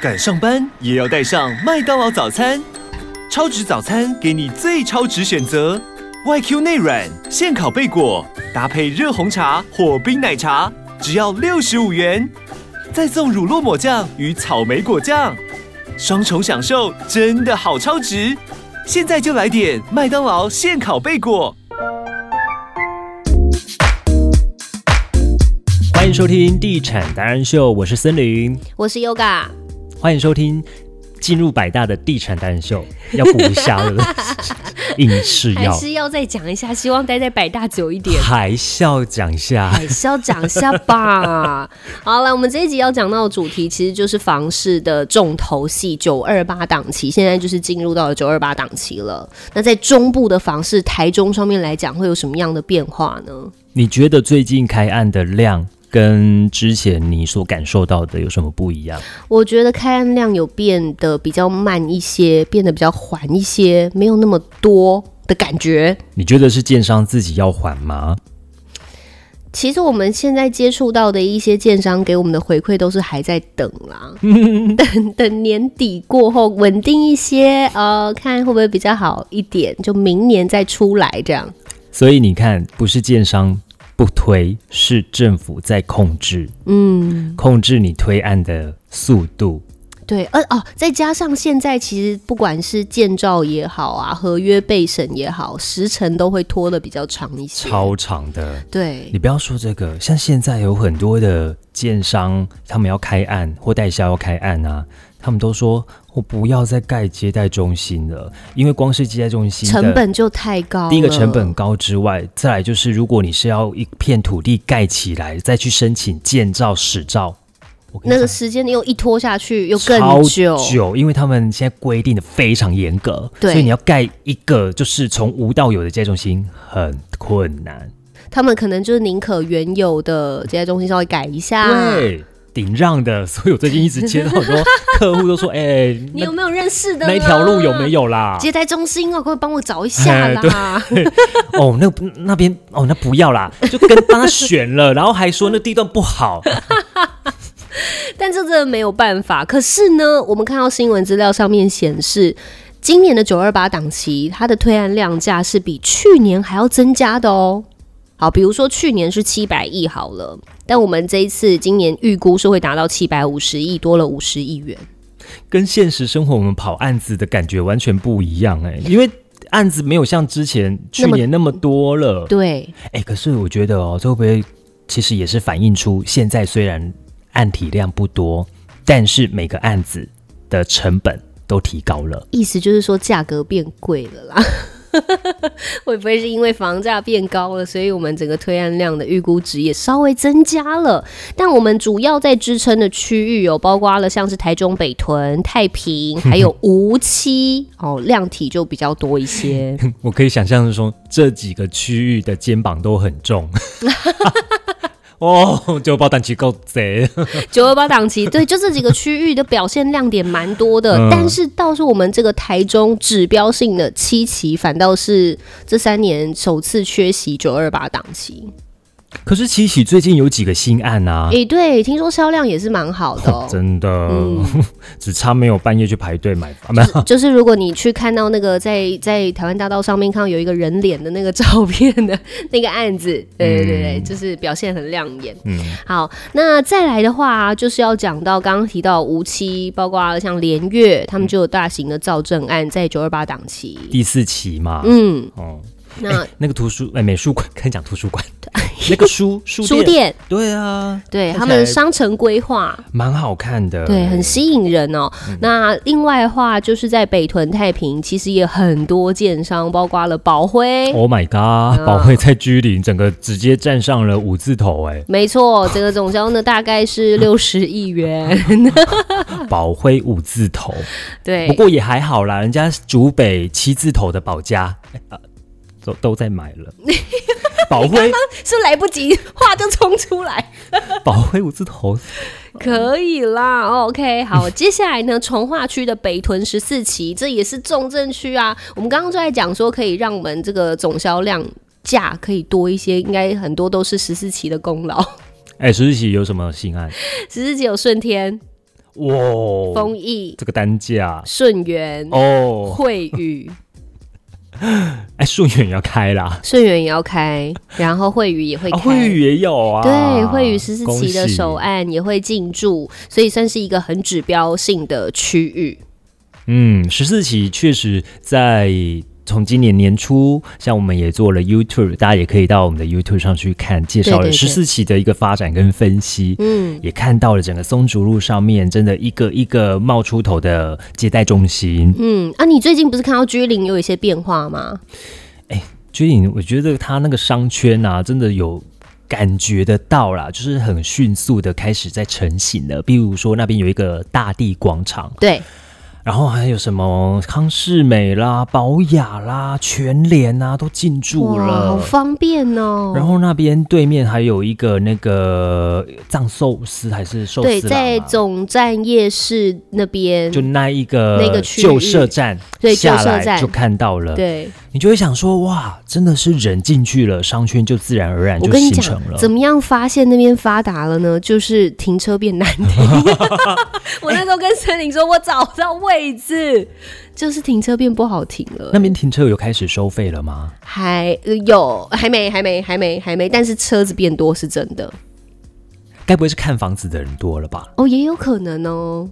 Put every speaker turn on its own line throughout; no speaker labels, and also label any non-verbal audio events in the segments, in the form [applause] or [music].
赶上班也要带上麦当劳早餐，超值早餐给你最超值选择，YQ 内软现烤贝果搭配热红茶或冰奶茶，只要六十五元，再送乳酪抹酱与草莓果酱，双重享受真的好超值！现在就来点麦当劳现烤贝果。
欢迎收听《地产达人秀》，我是森林。
我是 Yoga，
欢迎收听进入百大的《地产达人秀》，要补一下
[laughs]
了，硬是
还
要，。
是要再讲一下，希望待在百大久一点 [laughs]
还是要讲一下。
还是要讲一下吧。好了，我们这一集要讲到的主题其实就是房市的重头戏——九二八档期，现在就是进入到了九二八档期了。那在中部的房市，台中上面来讲，会有什么样的变化呢？
你觉得最近开案的量跟之前你所感受到的有什么不一样？
我觉得开案量有变得比较慢一些，变得比较缓一些，没有那么多的感觉。
你觉得是建商自己要还吗？
其实我们现在接触到的一些建商给我们的回馈都是还在等
[laughs]
啦，等等年底过后稳定一些，呃，看会不会比较好一点，就明年再出来这样。
所以你看，不是建商不推，是政府在控制，
嗯，
控制你推案的速度。
对，呃哦，再加上现在其实不管是建造也好啊，合约备审也好，时程都会拖得比较长一些。
超长的，
对
你，不要说这个，像现在有很多的建商，他们要开案或代销要开案啊，他们都说我不要再盖接待中心了，因为光是接待中心的
成本就太高了。
第一个成本高之外，再来就是如果你是要一片土地盖起来，再去申请建造、使照，我跟你
那个
讲
时间又一拖下去又更
超
久，
久，因为他们现在规定的非常严格，
对
所以你要盖一个就是从无到有的接待中心很困难，
他们可能就是宁可原有的接待中心稍微改一下。
对。顶让的，所以我最近一直接到很多客户都说：“哎、
你有没有认识
那
的啦？
那一条路有没有啦？
接待中心啊？快帮我找一下啦！
哦，那那边哦，那不要啦，就跟帮他选了，然后还说那地段不好，
[laughs] 但这真的没有办法。可是呢，我们看到新闻资料上面显示，今年的九二八档期，它的推案量价是比去年还要增加的哦。好，比如说去年是七百亿好了，但我们这一次今年预估是会达到七百五十亿，多了五十亿元。
跟现实生活我们跑案子的感觉完全不一样哎、因为案子没有像之前去年那么多了。
对，
哎、可是我觉得哦，这会不会其实也是反映出现在虽然案体量不多，但是每个案子的成本都提高了。
意思就是说价格变贵了啦。 [laughs] 会不会是因为房价变高了，所以我们整个推案量的预估值也稍微增加了？但我们主要在支撑的区域有包括了像是台中北屯、太平，还有无期哦，量体就比较多一些。
我可以想象说这几个区域的肩膀都很重。 [laughs] 哦，就爆弹机够贼，
九二八档期，对，就这几个区域的表现亮点蛮多的，
嗯
但是倒是我们这个台中指标性的七期，反倒是这三年首次缺席九二八档期。
可是七喜最近有几个新案啊？。
诶、对，听说销量也是蛮好的、哦
[laughs] 真的，只差没有半夜去排队
[laughs]
买房，没有 [laughs]
就是如果你去看到那个在在台湾大道上面看到有一个人脸的那个照片的 [laughs] 那个案子，对对对对，
嗯
就是表现很亮眼。嗯，好，那再来的话、就是要讲到刚刚提到无期，包括像连月，他们就有大型的造证案在九二八档期。
第四期嘛。
嗯，
哦，
那哎
那个图书哎、美术馆，看讲图书
[laughs]
馆，那个书书
书店
对啊，
对
看起
他们
来
商城规划，
蛮好看的，
对，很吸引人哦。
嗯
那另外的话，就是在北屯太平，其实也很多建商，包括了宝辉。
Oh my
啊
god！宝惠在居里整个直接站上了五字头、
没错，这个总销呢大概是
嗯
六十亿元， [laughs] 啊
哎，宝辉五字头，不
对，
过也还好啦，人家竹北七字头的保家，哎啊都都在买
[laughs]
了。宝辉，
是来不及话就冲出来，
宝辉五字头，嗯
可以啦，OK，
[laughs]
好，接下来呢，从化区的北屯十四期，这也是重镇区啊，我们刚刚就在讲说，可以让我们这个总销量价可以多一些，应该很多都是十四期的功劳，
哎，石志奇有什么新案？
十四期有顺天，
哇，
丰益、
这个单价
顺源、
哦，
惠宇，
哎，顺远也要开啦，
顺源也要开，然后惠宇也会
啊，
开。
惠宇也有啊，
对，惠宇十四
恭
期的哎
喜
首，岸也会进驻，所以算是一个很指标性的区域。
嗯，十四期确实在。从今年年初，像我们也做了 YouTube，大家也可以到我们的 YouTube 上去看，介绍
对
了
对对
十四期的一个发展跟分析。
嗯，
也看到了整个松竹路上面真的一个一个冒出头的接待中心。
嗯，啊，你最近不是看到居零有一些变化吗？
所以我觉得它那个商圈啊，真的有。感觉得到啦，就是很迅速的开始在成型了。比如说那边有一个大地广场，
对，
然后还有什么康世美啦、宝雅啦、全联啊，都进驻
哇，好
了。
方便哦。
然后那边对面还有一个那个呃藏寿司还是寿司
对，
郎
在
啊
总站夜市那边，
就那一个
那个区域
旧社站，
对旧
下
社
来
站
就看到了，
对，
你就会想说，哇，真的是人进去了，商圈就自然而然
我
就
跟你
形
讲
成，了。
怎么样发现那边发达了呢？ [laughs] 就是停车变难停。 [laughs] 我那时候跟森林说，我找不到位置，就是停车变不好停了。
那边停车有开始收费了吗？
还、呃有还没还没还没还没，但是车子变多是真的
该不会是看房子的人多了吧？
哦，也有可能哦。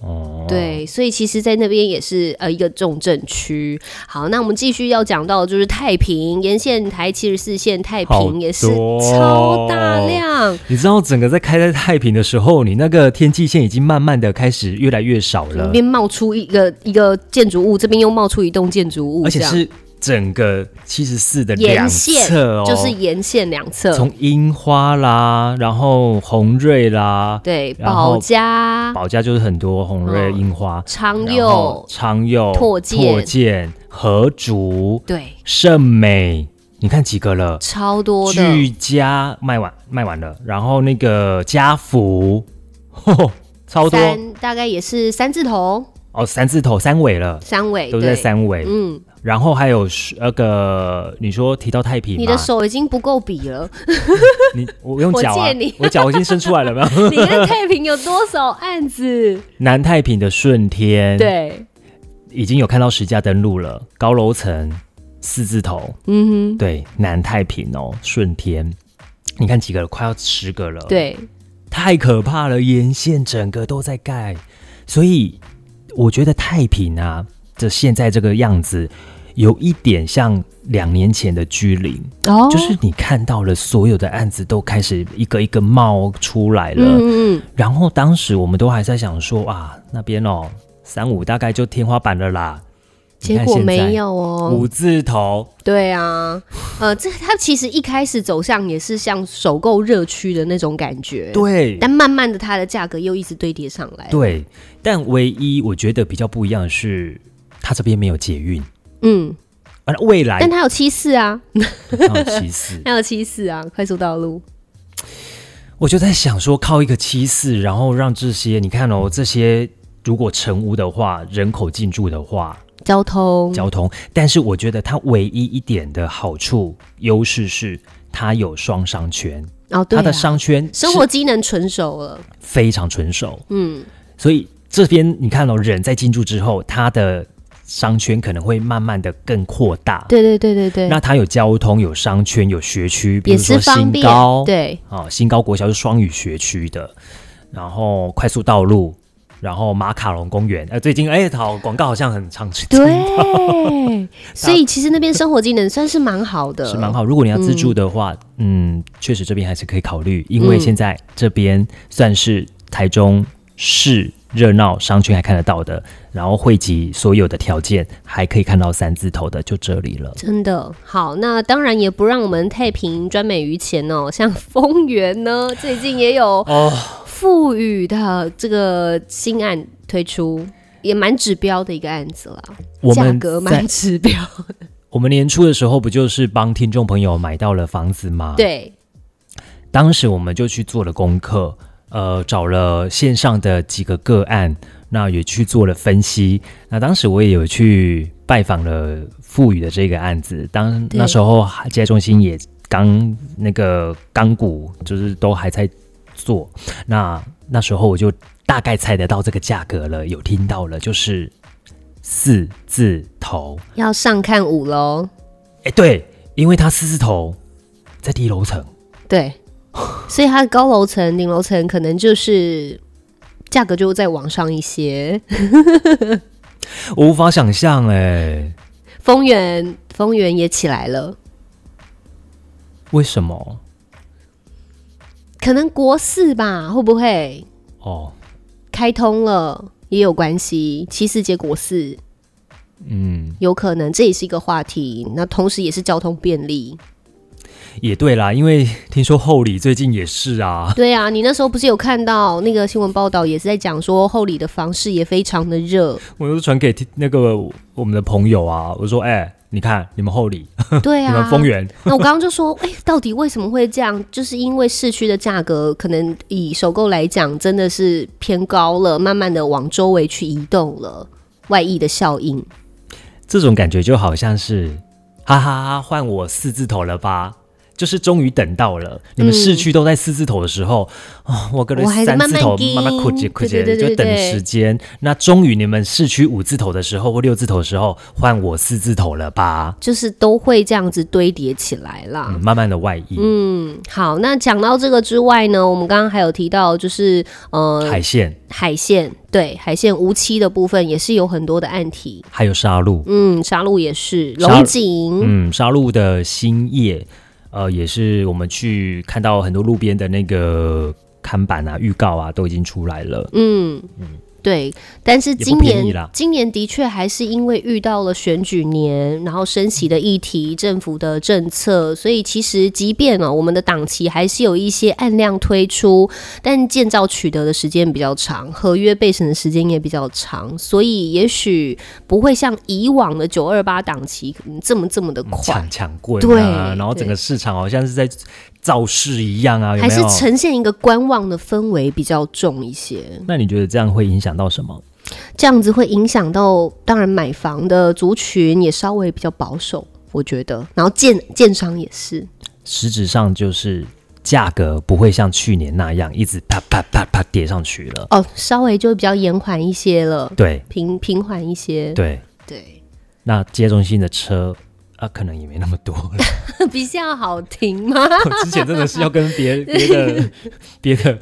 哦，，
对，所以其实，在那边也是呃一个重镇区。好，那我们继续要讲到的就是太平沿线台七十四线太
好
平也是
多哦
超大量，
你知道整个在开在太平的时候，你那个天际线已经慢慢的开始越来越少
里
了，
面冒出一个一个建筑物，这边又冒出一栋建筑物，
而且
这样
是整个七十四的两
沿线
侧哦，
就是沿线两侧，
从樱花啦，然后红瑞啦，
对，啊
然后
保家、
保家就是很多红瑞
嗯
樱花，
昌
然后
佑，
昌佑、
拓建
建合竹、
对，
盛美，你看几个了？
超多的。
巨家卖完卖完了，然后那个家福， [laughs] 吼，超多
三大概也是三字头，
哦，三字头三尾了，
三尾
都在。三尾。
嗯，
然后还有是那个你说提到太平嘛，
你的手已经不够
[laughs]
比了，
你我用脚啊
我借你，
[laughs] 我脚已经伸出来了没
[laughs]
有？
你看太平有多少案
[laughs]
子？
南太平的顺天，，
对，
已经有看到实价登录了，高楼层四字头，
嗯哼，
对，南太平哦，顺天，你看几个了，快要十个了，，
对，
太可怕了，沿线整个都在盖，所以我觉得太平啊，这现在这个样子，有一点像两年前的居林，
哦
就是你看到了所有的案子都开始一个一个冒出来了，
嗯嗯
然后当时我们都还在想说啊，那边哦，三五大概就天花板了啦，你
结
看
果
现在
没有哦
五。字头，
对啊，呃，这它其实一开始走向也是像首购热区的那种感觉，。
对
但慢慢的，它的价格又一直堆叠上来。，
对，但唯一我觉得比较不一样的是，它这边没有捷运，
嗯，
而未来
但它有七四啊，
它有七
[laughs]
四，
它有七四啊，快速道路。
我就在想说，靠一个七四，然后让这些你看哦，这些如果成屋的话，人口进驻的话，
交通，
交通，
嗯
但是我觉得它唯一一点的好处优势是。它有双商圈，
哦，对、
它
啊，
的商圈
生活机能纯熟了，
非常纯熟，
嗯，
所以这边你看哦，人在进驻之后，它的商圈可能会慢慢的更扩大。
对对对对对，
那它有交通、有商圈、有学区，比
也
如说
是方
新
便
高，， [laughs]
对，
啊、新高国小是双语学区的，然后快速道路，然后马卡龙公园，呃，最近哎，好广告好像很常见， [laughs]
对，所以其实那边生活技能算是蛮好的，
是蛮。好。如果你要自助的话，嗯确实这边还是可以考虑，因为
嗯
现在这边算是台中市热闹商圈还看得到的，然后汇集所有的条件，还可以看到三字头的，就这里了。
真的好，那当然也不让我们太平专美于前哦。像 [laughs] 丰原呢，最近也有
哦
富裕的这个新案推出，也蛮指标的一个案子啦，
我
价
们
格
在
蛮指标。
我们年初的时候，不就是帮听众朋友买到了房子吗？，
对，
当时我们就去做了功课，呃，找了线上的几个个案，那也去做了分析。那当时我也有去拜访了富宇的这个案子，当
对
那时候接待中心也刚那个钢骨就是都还在做，那那时候我就大概猜得到这个价格了，有听到了，就是四字头。
要上看五喽。
哎，对，因为它四字头在低楼层，
对，所以它的高楼层、顶楼层可能就是价格就会再往上一些。
我无法想象哎，
丰原，丰原也起来了，
为什么？
可能国四吧，会不会
哦，
开通了也有关系？七四街国四
嗯，
有可能，这也是一个话题。那同时也是交通便利。
也对啦，因为听说厚礼最近也是 [laughs] 啊，
对啊，你那时候不是有看到那个新闻报道，也是在讲说后里的房市也非常的
[laughs]
热。
我就传给那个我们的朋友啊，我说哎、你看你们厚礼，
对
你们
啊，
丰原，
[laughs] 那我刚刚就说，哎、到底为什么会这样？就是因为市区的价格可能以首购来讲，真的是偏高了，慢慢的往周围去移动了，外溢的效应。
这种感觉就好像是，哈哈哈，换我四字头了吧？就是终于等到了，你们市区都在四字头的时候，啊、我可能
嗯我还是
三
慢慢
字头
盯
慢慢苦节苦节
对对对
就
对
等
对
时间。那终于你们市区五字头的时候或六字头的时候，换我四字头了吧？
就是都会这样子堆叠起来啦。
嗯，慢慢的外溢，
嗯，好，那讲到这个之外呢，我们刚刚还有提到，就是呃
海鲜
海鲜，对海鲜无期的部分也是有很多的案题，
还有沙鹿，
嗯，沙鹿也是，
沙鹿
龙井，
嗯，沙鹿的新叶，呃，也是我们去看到很多路边的那个看板啊、预告啊，都已经出来了。
嗯对，但是
不
今
便宜
年
啦
今年的确还是因为遇到了选举年，然后升息的议题、政府的政策，所以其实即便哦呢、我们的档期还是有一些按量推出，但建造取得的时间比较长，合约备审的时间也比较长，所以也许不会像以往的九二八档期嗯这么这么的快
抢。抢棍
对
啊，然后整个市场好像是在造势一样啊，有
还
没
是
有？
呈现一个观望的氛围比较重一些，
那你觉得这样会影响到什么？
这样子会影响到，当然买房的族群也稍微比较保守，我觉得，然后建建商也是，
实质上就是价格不会像去年那样一直啪啪啪啪跌上去了。
哦，稍微就比较延缓一些了，
对
平平缓一些，
对，
对， [laughs]
那接中心的车啊，可能也没那么多 [laughs] 了。
比较好停吗？
我之前真的是要跟别别
[laughs]
的别的。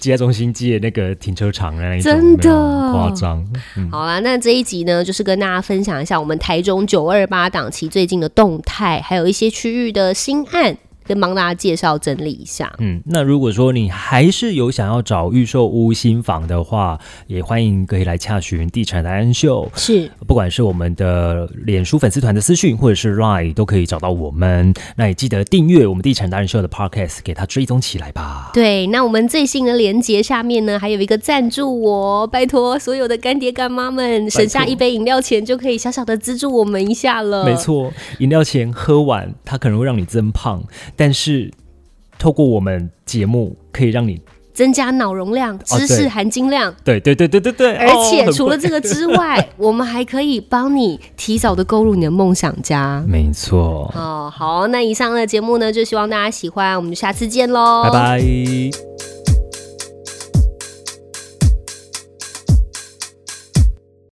接中心借那个停车场的那一种，
真的
有没有很夸张。嗯，
好啦，那这一集呢，就是跟大家分享一下我们台中九二八档期最近的动态，还有一些区域的新案，跟帮大家介绍整理一下。
嗯，那如果说你还是有想要找预售屋新房的话，也欢迎可以来洽询地产达人秀，
是，
不管是我们的脸书粉丝团的私讯，或者是 Line 都可以找到我们。那也记得订阅我们地产达人秀的 Podcast，给它追踪起来吧。
对，那我们最新的连接下面呢，还有一个赞助我，拜托所有的干爹干妈们，省下一杯饮料钱就可以小小的资助我们一下了。
没，错，饮料钱喝完，它可能会让你增胖，但是透过我们节目，可以让你
增加脑容量、知识含金量。
啊对对对对对对，
而
哦
且
很
除了这个之
[laughs]
外，我们还可以帮你提早的购入你的梦想家。
没错，
哦，好，那以上的节目呢，就希望大家喜欢，我们就下次见喽，
拜拜。